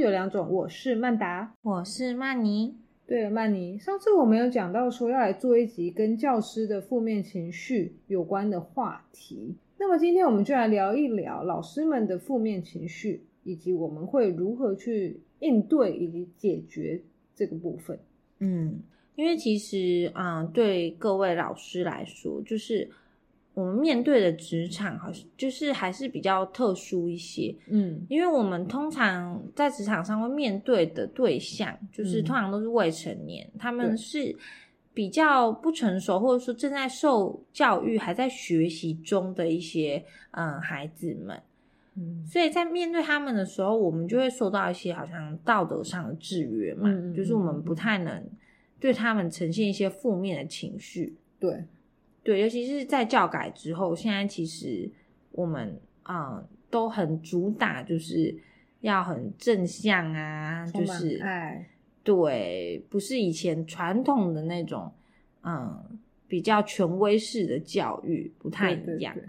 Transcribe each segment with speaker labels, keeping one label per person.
Speaker 1: 有两种，我是曼达，
Speaker 2: 我是曼妮。
Speaker 1: 对了，曼妮，上次我们有讲到说要来做一集跟教师的负面情绪有关的话题，那么今天我们就来聊一聊老师们的负面情绪，以及我们会如何去应对以及解决这个部分。
Speaker 2: 嗯，因为其实啊、嗯对各位老师来说，就是我们面对的职场好像就是还是比较特殊一些，
Speaker 1: 嗯
Speaker 2: 因为我们通常在职场上会面对的对象，就是
Speaker 1: 嗯
Speaker 2: 通常都是未成年，他
Speaker 1: 对
Speaker 2: 们是比较不成熟，或者说正在受教育、还在学习中的一些嗯孩子们。
Speaker 1: 嗯
Speaker 2: 所以在面对他们的时候，我们就会受到一些好像道德上的制约嘛，
Speaker 1: 嗯嗯
Speaker 2: 就是我们不太能对他们呈现一些负面的情绪。
Speaker 1: 对，
Speaker 2: 对，尤其是在教改之后，现在其实我们嗯都很主打就是要很正向啊，就
Speaker 1: 充满
Speaker 2: 是
Speaker 1: 爱，
Speaker 2: 对，不是以前传统的那种嗯比较权威式的教育不太
Speaker 1: 对对
Speaker 2: 一样。
Speaker 1: 对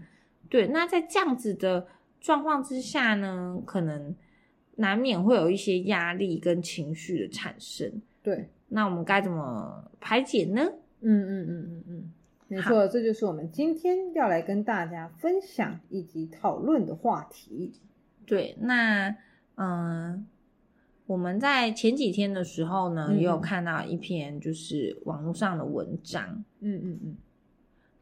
Speaker 2: 对，那在这样子的状况之下呢，可能难免会有一些压力跟情绪的产生。
Speaker 1: 对，
Speaker 2: 那我们该怎么排解呢？
Speaker 1: 嗯嗯嗯嗯嗯，没
Speaker 2: 好
Speaker 1: 错，这就是我们今天要来跟大家分享以及讨论的话题。
Speaker 2: 对，那嗯，我们在前几天的时候呢，也有
Speaker 1: 嗯
Speaker 2: 看到一篇就是网络上的文章，
Speaker 1: 嗯嗯嗯，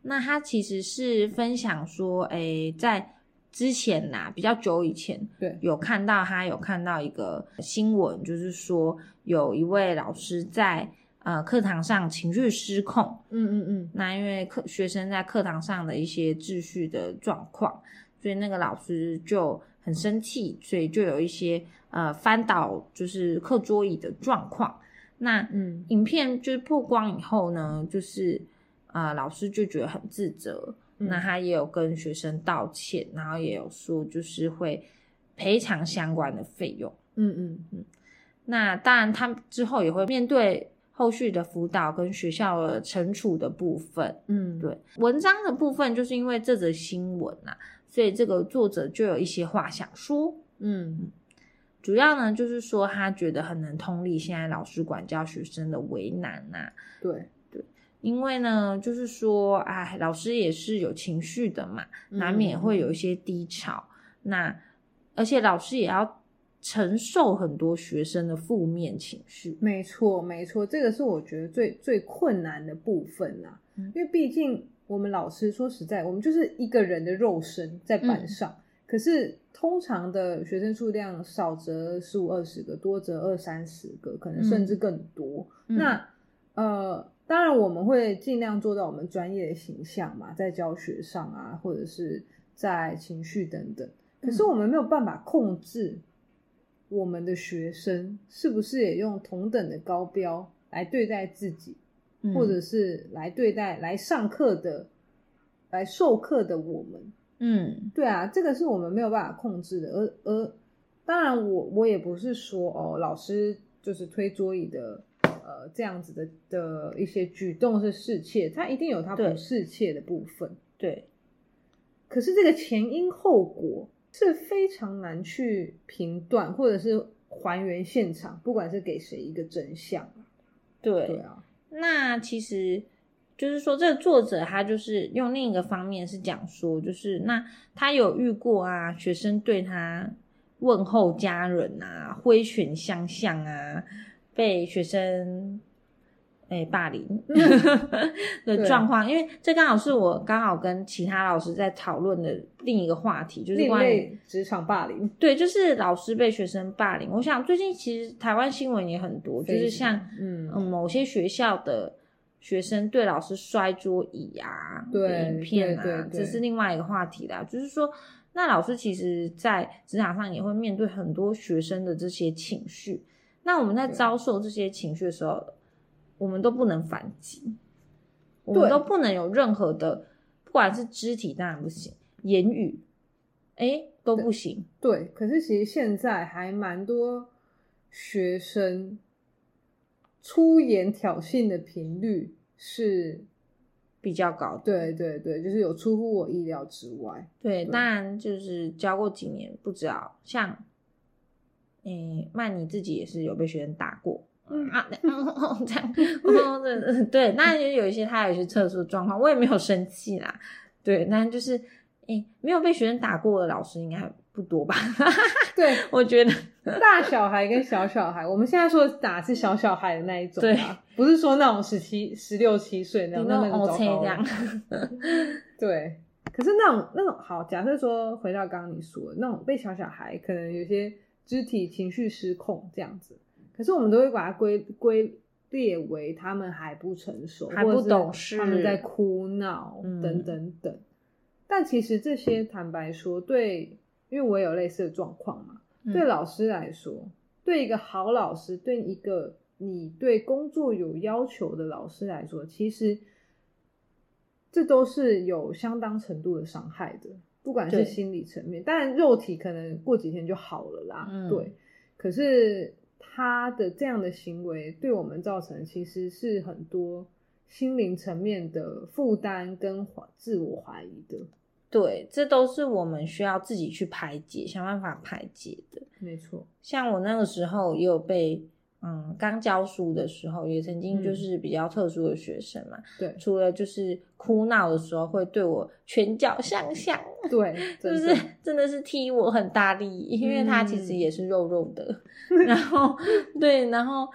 Speaker 2: 那它其实是分享说，诶，在之前呐、比较久以前，
Speaker 1: 对，
Speaker 2: 有看到他有看到一个新闻，就是说有一位老师在呃课堂上情绪失控，
Speaker 1: 嗯嗯嗯，
Speaker 2: 那因为课学生在课堂上的一些秩序的状况，所以那个老师就很生气，所以就有一些呃翻倒就是课桌椅的状况。那
Speaker 1: 嗯
Speaker 2: 影片就是曝光以后呢，就是呃老师就觉得很自责，
Speaker 1: 嗯
Speaker 2: 那他也有跟学生道歉，然后也有说就是会赔偿相关的费用。
Speaker 1: 嗯嗯嗯，
Speaker 2: 那当然，他之后也会面对后续的辅导跟学校的惩处的部分。
Speaker 1: 嗯，
Speaker 2: 对文章的部分，就是因为这则新闻啊，所以这个作者就有一些话想说。
Speaker 1: 嗯
Speaker 2: 主要呢，就是说他觉得很能通力现在老师管教学生的为难啊呐、
Speaker 1: 对，
Speaker 2: 因为呢，就是说，哎，老师也是有情绪的嘛，
Speaker 1: 嗯
Speaker 2: 难免会有一些低潮。那而且老师也要承受很多学生的负面情绪。
Speaker 1: 没错没错，这个是我觉得最最困难的部分啦、
Speaker 2: 嗯
Speaker 1: 因为毕竟我们老师说实在，我们就是一个人的肉身在板
Speaker 2: 嗯
Speaker 1: 上，可是通常的学生数量少则十五二十个，多则二三十个，可能甚至更多。
Speaker 2: 嗯
Speaker 1: 那呃，当然我们会尽量做到我们专业的形象嘛，在教学上啊，或者是在情绪等等。可是
Speaker 2: 嗯
Speaker 1: 我们没有办法控制我们的学生是不是也用同等的高标来对待自己，
Speaker 2: 嗯
Speaker 1: 或者是来对待来上课的、来授课的我们。
Speaker 2: 嗯
Speaker 1: 对啊，这个是我们没有办法控制的。而而当然我，我也不是说哦，老师就是推桌椅的呃这样子的的一些举动是适切，他一定有他不
Speaker 2: 对
Speaker 1: 适切的部分。
Speaker 2: 对
Speaker 1: 可是这个前因后果是非常难去评断，或者是还原现场，不管是给谁一个真相啊。
Speaker 2: 对
Speaker 1: 对啊，
Speaker 2: 那其实就是说，这个作者他就是用另一个方面是讲说，就是那他有遇过啊，学生对他问候家人啊，挥拳相向啊，被学生。哎、霸 凌
Speaker 1: 啊
Speaker 2: 的状况，因为这刚好是我刚好跟其他老师在讨论的另一个话题，就是
Speaker 1: 另
Speaker 2: 关于
Speaker 1: 类职场霸凌，
Speaker 2: 对，就是老师被学生霸凌。我想最近其实台湾新闻也很多，就是像
Speaker 1: 嗯
Speaker 2: 嗯，某些学校的学生对老师摔桌椅啊，
Speaker 1: 对
Speaker 2: 的影片啊，
Speaker 1: 对对对
Speaker 2: 这是另外一个话题啦。就是说，那老师其实在职场上也会面对很多学生的这些情绪。那我们在
Speaker 1: 对
Speaker 2: 遭受这些情绪的时候，我们都不能反击，我们
Speaker 1: 对
Speaker 2: 都不能有任何的，不管是肢体当然不行，言语，哎都不行。
Speaker 1: 对，可是其实现在还蛮多学生出言挑衅的频率是，
Speaker 2: 比较高的，
Speaker 1: 对对对，就是有出乎我意料之外。
Speaker 2: 对，
Speaker 1: 对
Speaker 2: 当然就是教过几年，不知道像诶，曼妮自己也是有被学生打过。
Speaker 1: 嗯
Speaker 2: 啊，嗯这样，嗯嗯 对，那也有一些他有一些特殊的状况，我也没有生气啦。对，但就是，诶、没有被学生打过的老师应该不多吧？
Speaker 1: 对，
Speaker 2: 我觉得，
Speaker 1: 大小孩跟小小孩，我们现在说的打是小小孩的那一种啊，不是说那种十七、十六七岁那
Speaker 2: 你
Speaker 1: 种，
Speaker 2: 那
Speaker 1: 那
Speaker 2: 种
Speaker 1: 那
Speaker 2: OK
Speaker 1: 个糟
Speaker 2: 这
Speaker 1: 糕
Speaker 2: 样
Speaker 1: 了。， 对，可是那种那种好，假设说回到刚刚你说的那种被小小孩可能有些肢体情绪失控这样子，可是我们都会把它归归列为他们还不成熟，
Speaker 2: 还不
Speaker 1: 或者是
Speaker 2: 懂事
Speaker 1: 他们在哭闹、
Speaker 2: 嗯
Speaker 1: 等等等。但其实这些坦白说，对，因为我也有类似的状况嘛，对
Speaker 2: 嗯
Speaker 1: 老师来说，对一个好老师，对一个你对工作有要求的老师来说，其实这都是有相当程度的伤害的，不管
Speaker 2: 对
Speaker 1: 是心理层面，当然肉体可能过几天就好了啦。
Speaker 2: 嗯
Speaker 1: 对，可是他的这样的行为对我们造成其实是很多心灵层面的负担跟怀自我怀疑的。
Speaker 2: 对，这都是我们需要自己去排解，想办法排解的。
Speaker 1: 没错，
Speaker 2: 像我那个时候也有被，嗯，刚教书的时候，也曾经就
Speaker 1: 嗯
Speaker 2: 是比较特殊的学生嘛，
Speaker 1: 对
Speaker 2: 除了就是哭闹的时候会对我拳脚相向，
Speaker 1: 对， 嗯
Speaker 2: 就
Speaker 1: 真
Speaker 2: 是
Speaker 1: 的
Speaker 2: 真的是踢我很大力，因为他其实也是肉肉的， 然后对，然后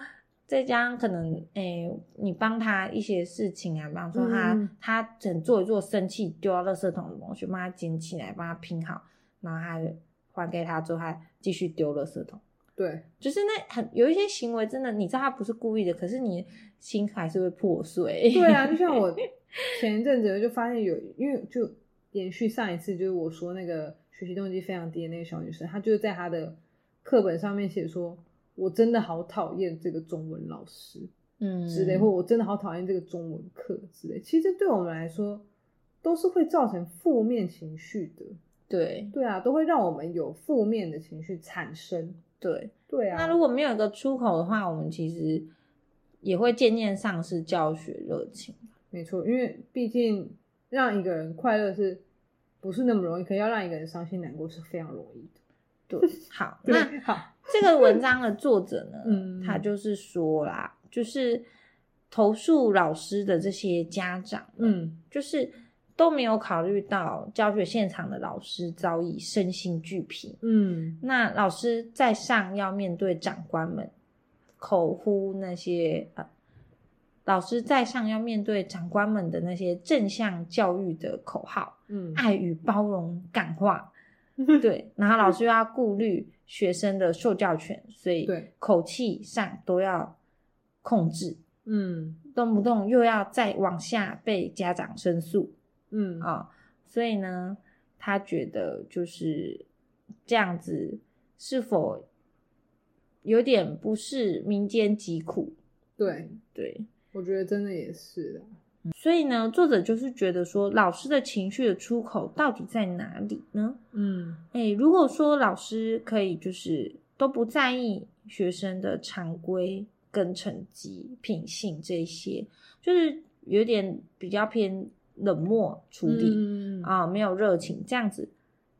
Speaker 2: 再加上可能诶、你帮他一些事情啊，比方说他、
Speaker 1: 嗯
Speaker 2: 他整做一做生气丢到垃圾桶的东西，帮他捡起来，帮他拼好，然后他还给他之后，他继续丢垃圾桶。
Speaker 1: 对，
Speaker 2: 就是那很有一些行为，真的你知道他不是故意的，可是你心还是会破碎。
Speaker 1: 对 啊，就像我前一阵子就发现有，因为就延续上一次，就是我说那个学习动机非常低的那个小女生，她就是在她的课本上面写说，我真的好讨厌这个中文老师
Speaker 2: 嗯
Speaker 1: 之类，或我真的好讨厌这个中文课之类。其实对我们来说，都是会造成负面情绪的。
Speaker 2: 对
Speaker 1: 对啊，都会让我们有负面的情绪产生。
Speaker 2: 对，
Speaker 1: 对啊，
Speaker 2: 那如果没有一个出口的话，我们其实也会渐渐丧失教学热情。
Speaker 1: 没错，因为毕竟让一个人快乐是不是那么容易，可要让一个人伤心难过是非常容易的。
Speaker 2: 对，好，那
Speaker 1: 对，好，
Speaker 2: 这个文章的作者呢，
Speaker 1: 嗯
Speaker 2: 他就是说啦，就是投诉老师的这些家长，，
Speaker 1: 嗯，
Speaker 2: 就是都没有考虑到教学现场的老师早已身心俱疲，
Speaker 1: 嗯，
Speaker 2: 那老师在上要面对长官们口呼那些呃，老师在上要面对长官们的那些正向教育的口号，
Speaker 1: 嗯，
Speaker 2: 爱与包容感化，对，然后老师又要顾虑学生的受教权，所以
Speaker 1: 对
Speaker 2: 口气上都要控制，
Speaker 1: 嗯，
Speaker 2: 动不动又要再往下被家长申诉，
Speaker 1: 嗯，
Speaker 2: 啊、所以呢，他觉得就是这样子，是否有点不是民间疾苦？
Speaker 1: 对，
Speaker 2: 对，
Speaker 1: 我觉得真的也是啊的。
Speaker 2: 所以呢，作者就是觉得说，老师的情绪的出口到底在哪里呢？
Speaker 1: 嗯，
Speaker 2: 诶，如果说老师可以就是都不在意学生的常规跟成绩、品性这一些，就是有点比较偏冷漠处理，
Speaker 1: 嗯，
Speaker 2: 啊、没有热情，这样子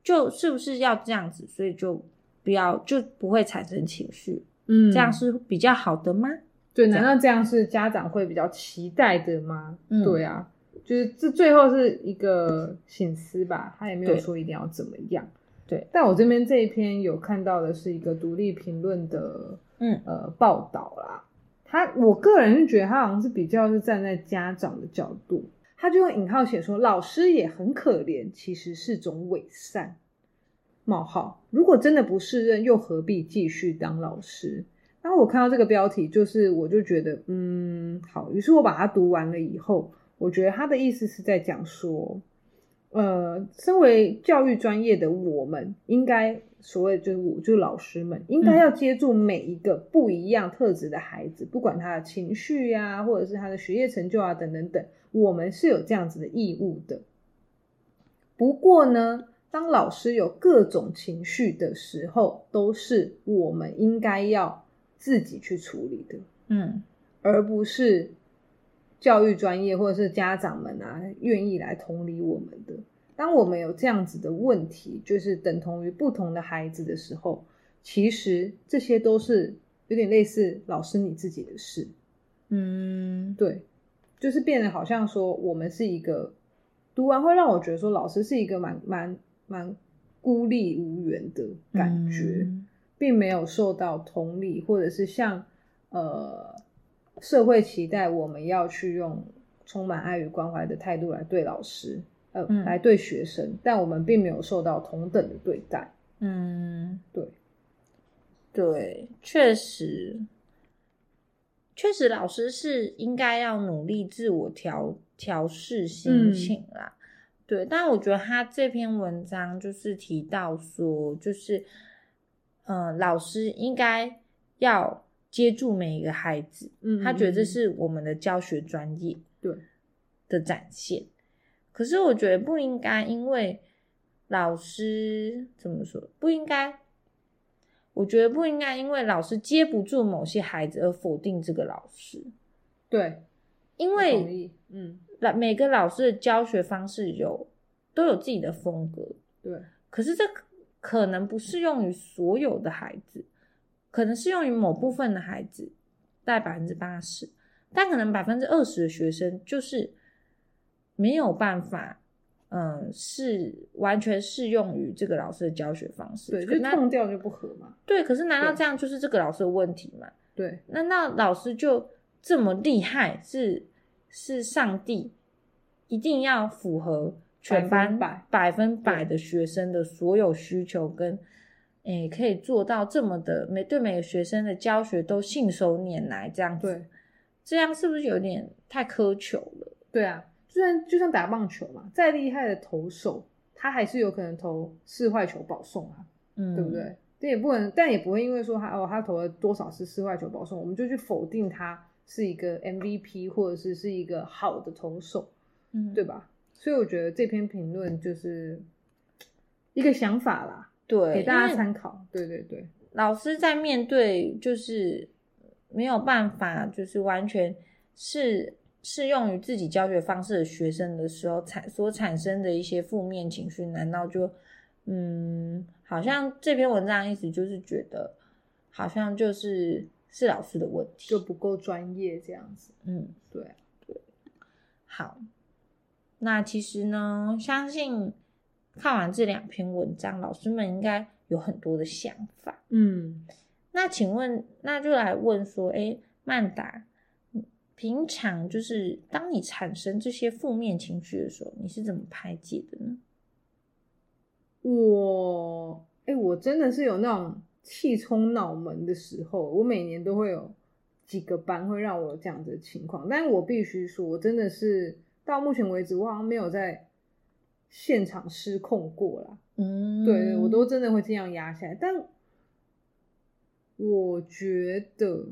Speaker 2: 就是不是要这样子，所以就不要就不会产生情绪，
Speaker 1: 嗯，
Speaker 2: 这样是比较好的吗？
Speaker 1: 对，难道这样是家长会比较期待的吗？
Speaker 2: 嗯
Speaker 1: 对啊，就是这最后是一个醒思吧，他也没有
Speaker 2: 对
Speaker 1: 说一定要怎么样。
Speaker 2: 对，
Speaker 1: 但我这边这一篇有看到的是一个独立评论的
Speaker 2: 嗯
Speaker 1: 呃报道啦。他我个人是觉得他好像是比较是站在家长的角度，他就用引号写说老师也很可怜，其实是种伪善。冒号，如果真的不适任，又何必继续当老师？当我看到这个标题，就是我就觉得，嗯，好。于是我把它读完了以后，我觉得他的意思是在讲说，呃，身为教育专业的我们，应该所谓就是我就是老师们，应该要接住每一个不一样特质的孩子，不管他的情绪啊，或者是他的学业成就啊，等等等，我们是有这样子的义务的。不过呢，当老师有各种情绪的时候，都是我们应该要自己去处理的，
Speaker 2: 嗯，
Speaker 1: 而不是教育专业或者是家长们啊愿意来同理我们的。当我们有这样子的问题，就是等同于不同的孩子的时候，其实这些都是有点类似老师你自己的事，
Speaker 2: 嗯，
Speaker 1: 对，就是变得好像说我们是一个读完会让我觉得说老师是一个蛮蛮蛮孤立无援的感觉，
Speaker 2: 嗯
Speaker 1: 并没有受到同理或者是像呃社会期待我们要去用充满爱与关怀的态度来对老师。呃，
Speaker 2: 嗯
Speaker 1: 来对学生，但我们并没有受到同等的对待。
Speaker 2: 嗯，
Speaker 1: 对，
Speaker 2: 对，确实，确实，老师是应该要努力自我调调试心
Speaker 1: 嗯
Speaker 2: 情啦。对，但我觉得他这篇文章就是提到说，就是，嗯、老师应该要接住每一个孩子，
Speaker 1: 嗯
Speaker 2: 他觉得这
Speaker 1: 嗯
Speaker 2: 是我们的教学专业
Speaker 1: 对
Speaker 2: 的展现。可是我觉得不应该，因为老师怎么说不应该？我觉得不应该，因为老师接不住某些孩子而否定这个老师，
Speaker 1: 对，
Speaker 2: 因
Speaker 1: 我同
Speaker 2: 为
Speaker 1: 意，嗯，
Speaker 2: 老每个老师的教学方式有都有自己的风格，
Speaker 1: 对，
Speaker 2: 可是这可可能不适用于所有的孩子，可能适用于某部分的孩子，大概百分之八十，但可能百分之二十的学生就是没有办法，嗯，是完全适用于这个老师的教学方式。
Speaker 1: 对，
Speaker 2: 可
Speaker 1: 就
Speaker 2: 那
Speaker 1: 痛掉就不合嘛。
Speaker 2: 对，可是难道
Speaker 1: 对
Speaker 2: 这样就是这个老师的问题吗？
Speaker 1: 对，
Speaker 2: 难道老师就这么厉害？是是上帝一定要符合全班
Speaker 1: 百分
Speaker 2: 百分百的学生的所有需求跟，诶可以做到这么的每对每个学生的教学都信手拈来这样子，
Speaker 1: 对，
Speaker 2: 这样是不是有点太苛求了？
Speaker 1: 对啊，就像就像打棒球嘛，再厉害的投手，他还是有可能投四坏球保送啊，
Speaker 2: 嗯，
Speaker 1: 对不？对？这也不能，但也不会因为说他哦，他投了多少次四坏球保送，我们就去否定他是一个 MVP 或者是是一个好的投手，
Speaker 2: 嗯，
Speaker 1: 对吧？所以我觉得这篇评论就是一个想法啦，
Speaker 2: 对，
Speaker 1: 给大
Speaker 2: 因为
Speaker 1: 家参考。对对对，
Speaker 2: 老师在面对就是没有办法，就是完全是适用于自己教学方式的学生的时候，产所产生的一些负面情绪，难道就嗯，好像这篇文章意思就是觉得，好像就是是老师的问题，
Speaker 1: 就不够专业这样子。
Speaker 2: 嗯，
Speaker 1: 对啊，
Speaker 2: 好。那其实呢，相信看完这两篇文章，老师们应该有很多的想法。
Speaker 1: 嗯，
Speaker 2: 那请问，那就来问说，哎，曼达，嗯平常就是当你产生这些负面情绪的时候，你是怎么排解的呢？
Speaker 1: 我，哎、我真的是有那种气冲脑门的时候，我每年都会有几个班会让我有这样子的情况，但我必须说，我真的是到目前为止，我好像没有在现场失控过啦。
Speaker 2: 嗯
Speaker 1: 对对，我都真的会这样压下来，但我觉得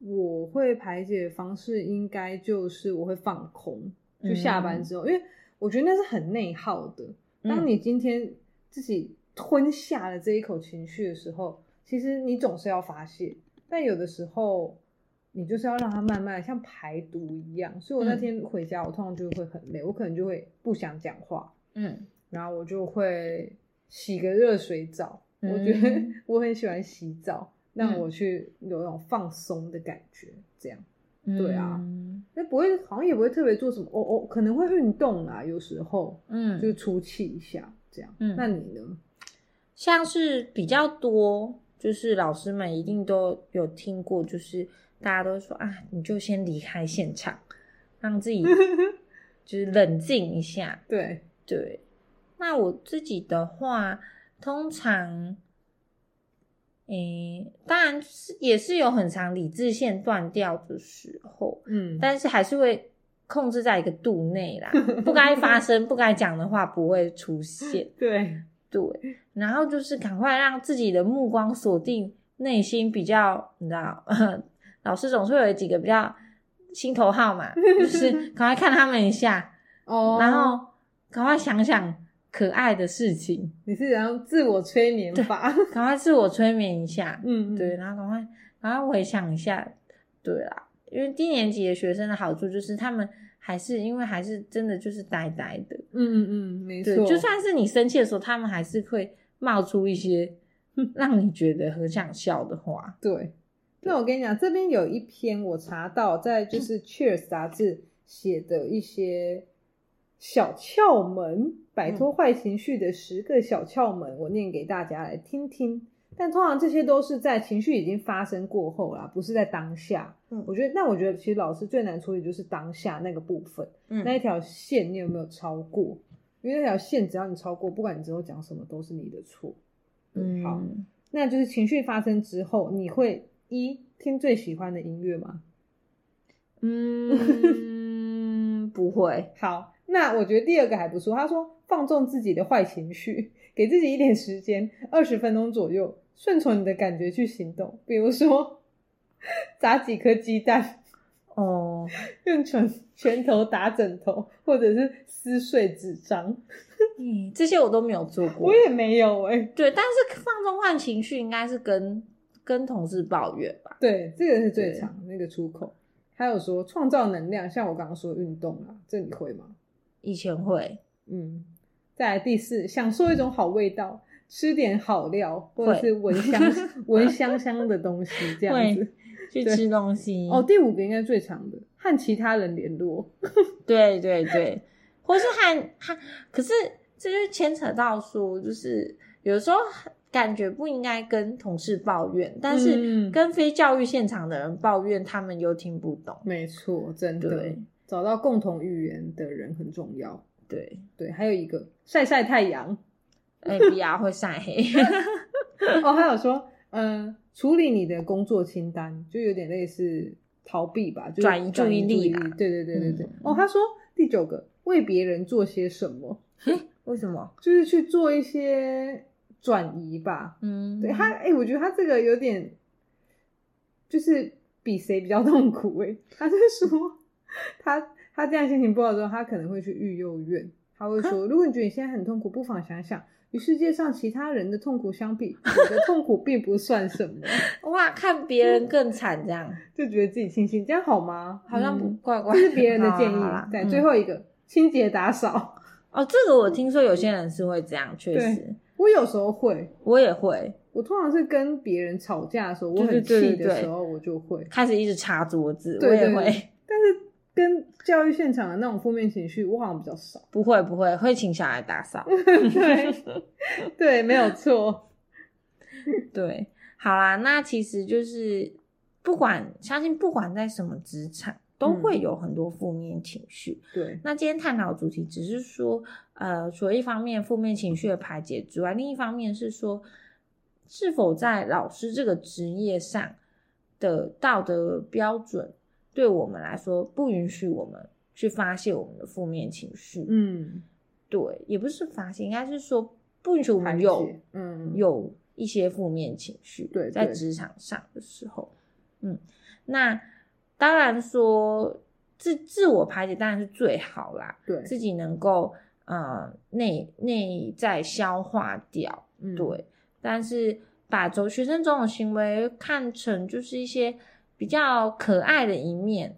Speaker 1: 我会排解的方式应该就是我会放空，就下班之后，因为我觉得那是很内耗的。当
Speaker 2: 嗯
Speaker 1: 你今天自己吞下了这一口情绪的时候，其实你总是要发泄，但有的时候你就是要让它慢慢像排毒一样。所以我那
Speaker 2: 嗯
Speaker 1: 天回家，我通常就会很累，我可能就会不想讲话，
Speaker 2: 嗯
Speaker 1: 然后我就会洗个热水澡。
Speaker 2: 嗯
Speaker 1: 我觉得我很喜欢洗澡，让
Speaker 2: 嗯
Speaker 1: 我去有那种放松的感觉，这样。
Speaker 2: 嗯
Speaker 1: 对啊那不会，好像也不会特别做什么，哦哦，可能会运动啊，有时候
Speaker 2: 嗯，
Speaker 1: 就出气一下这样。
Speaker 2: 嗯
Speaker 1: 那你呢？
Speaker 2: 像是比较多，就是老师们一定都有听过，就是大家都说啊，你就先离开现场，让自己就是冷静一下，
Speaker 1: 对，
Speaker 2: 对，那我自己的话，通常，诶、当然是也是有很长理智线断掉的时候，
Speaker 1: 嗯，
Speaker 2: 但是还是会控制在一个度内啦，不该发生、不该讲的话不会出现。
Speaker 1: 对，
Speaker 2: 对，然后就是赶快让自己的目光锁定内心比较，你知道， 老师总是会有几个比较心头好嘛，就是赶快看他们一下。
Speaker 1: 哦，
Speaker 2: 然后赶快想想可爱的事情，
Speaker 1: 你是然后自我催眠法，
Speaker 2: 赶快自我催眠一下，
Speaker 1: 嗯，嗯
Speaker 2: 对，，然后赶快赶快回想一下，对啦，因为低年级的学生的好处就是他们还是因为还是真的就是呆呆的，
Speaker 1: 嗯嗯嗯，没错，
Speaker 2: 对，就算是你生气的时候，他们还是会冒出一些 让你觉得很想笑的话，
Speaker 1: 对，那我跟你讲，这边有一篇我查到在就是 Cheers 杂志写的一些小窍门，摆
Speaker 2: 嗯
Speaker 1: 脱坏情绪的十个小窍门，我念给大家来听听。但通常这些都是在情绪已经发生过后啦，不是在当下。
Speaker 2: 嗯
Speaker 1: 我觉得，那我觉得其实老师最难处理就是当下那个部分，
Speaker 2: 嗯
Speaker 1: 那一条线你有没有超过？因为那条线只要你超过，不管你之后讲什么都是你的错。
Speaker 2: 嗯
Speaker 1: 好，那就是情绪发生之后，你会一听最喜欢的音乐吗？
Speaker 2: 嗯，不会，
Speaker 1: 好，那我觉得第二个还不错。他说放纵自己的坏情绪， 给自己一点时间，二十分钟左右，顺从你的感觉去行动。比如说砸几颗鸡蛋，
Speaker 2: 哦，
Speaker 1: 用拳拳头打枕头，或者是撕碎纸张。
Speaker 2: 嗯，这些我都没有做过
Speaker 1: 我。也没有哎、
Speaker 2: 对，但是放纵换情绪应该是跟跟同事抱怨吧。
Speaker 1: 对，这个是最
Speaker 2: 对
Speaker 1: 长那个出口。还有说创造能量，像我刚刚说运动啊，这你会吗？
Speaker 2: 以前会，
Speaker 1: 嗯，再来第四，享受一种好味道，吃点好料，或者
Speaker 2: 会
Speaker 1: 是闻香 闻香香的东西这样子。
Speaker 2: 去
Speaker 1: 对
Speaker 2: 吃东西。
Speaker 1: 哦，，第五个应该最长的，和其他人联络。
Speaker 2: 对对对，或是和和，可是这就牵扯到说，就是有时候感觉不应该跟同事抱怨，但是
Speaker 1: 嗯
Speaker 2: 跟非教育现场的人抱怨，他们又听不懂。
Speaker 1: 没错，真的
Speaker 2: 对，
Speaker 1: 找到共同语言的人很重要。
Speaker 2: 对，
Speaker 1: 对，还有一个晒晒太阳。
Speaker 2: 哎，比亚会晒黑。
Speaker 1: 哦，还有说，嗯、处理你的工作清单，就有点类似逃避吧，就是
Speaker 2: 转移注意力啦
Speaker 1: 对对对对对。
Speaker 2: 嗯
Speaker 1: 哦，他说第九个，为别人做些什么。
Speaker 2: 为什么？
Speaker 1: 就是去做一些转移吧。
Speaker 2: 嗯，
Speaker 1: 对他，哎、我觉得他这个有点，就是比谁比较痛苦、欸。哎，他就说他他这样心情不好的时候，他可能会去育幼院，他会说，如果你觉得你现在很痛苦，不妨想想。与世界上其他人的痛苦相比，我的痛苦并不算什么，
Speaker 2: 哇，看别人更惨，这样
Speaker 1: 就觉得自己清醒，这样好吗？
Speaker 2: 好像不
Speaker 1: 嗯
Speaker 2: 怪怪。
Speaker 1: 这是别人的建议
Speaker 2: 好啦好啦。
Speaker 1: 对，
Speaker 2: 嗯
Speaker 1: 最后一个清洁打扫，
Speaker 2: 哦，这个我听说有些人是会这样，确实，
Speaker 1: 我有时候会，
Speaker 2: 我也会
Speaker 1: 我通常是跟别人吵架的时候，我
Speaker 2: 对
Speaker 1: 很
Speaker 2: 对对
Speaker 1: 气
Speaker 2: 对对
Speaker 1: 的时候，我就会。
Speaker 2: 开始一直擦桌子，
Speaker 1: 对对
Speaker 2: 我也会，
Speaker 1: 但是跟教育现场的那种负面情绪，我好像比较少。
Speaker 2: 不会不会，会请小孩打扫。
Speaker 1: 对，对，没有错。
Speaker 2: 对，好啦，那其实就是不管相信不管在什么职场，都
Speaker 1: 嗯
Speaker 2: 会有很多负面情绪。
Speaker 1: 对，
Speaker 2: 那今天探讨的主题只是说，呃，除了一方面负面情绪的排解之外，另一方面是说，是否在老师这个职业上的道德标准，对我们来说不允许我们去发泄我们的负面情绪。，
Speaker 1: 嗯，
Speaker 2: 对，也不是发泄，应该是说不允许我
Speaker 1: 排
Speaker 2: 们
Speaker 1: 解
Speaker 2: 有
Speaker 1: 嗯
Speaker 2: 有一些负面情绪，
Speaker 1: 对
Speaker 2: 在
Speaker 1: 对
Speaker 2: 职场上的时候，嗯，那当然说自自我排解当然是最好啦，
Speaker 1: 对，
Speaker 2: 自己能够呃内内在消化掉，
Speaker 1: 嗯
Speaker 2: 对，但是把走学生这种行为看成就是一些比较可爱的一面。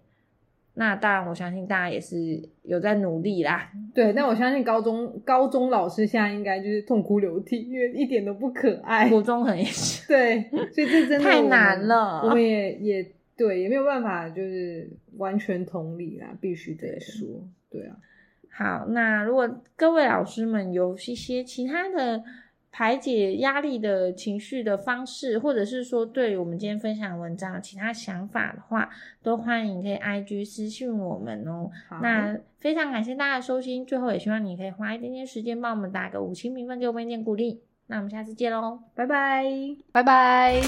Speaker 2: 那当然，我相信大家也是有在努力啦。
Speaker 1: 对。但我相信高中高中老师现在应该就是痛哭流涕，因为一点都不可爱。
Speaker 2: 国中可能也是，
Speaker 1: 对，所以这真的
Speaker 2: 太
Speaker 1: 我们
Speaker 2: 难了
Speaker 1: 我们也也对，也没有办法，就是完全同理啦，必须
Speaker 2: 对
Speaker 1: 得说。对啊，
Speaker 2: 好，那如果各位老师们有一些其他的排解压力的情绪的方式，或者是说对我们今天分享的文章有其他想法的话，都欢迎可以 IG 私信我们哦。
Speaker 1: 好，
Speaker 2: 那非常感谢大家的收听，最后也希望你可以花一点点时间帮我们打个五星评分，给我们一点鼓励。那我们下次见喽，
Speaker 1: 拜拜。
Speaker 3: 拜拜。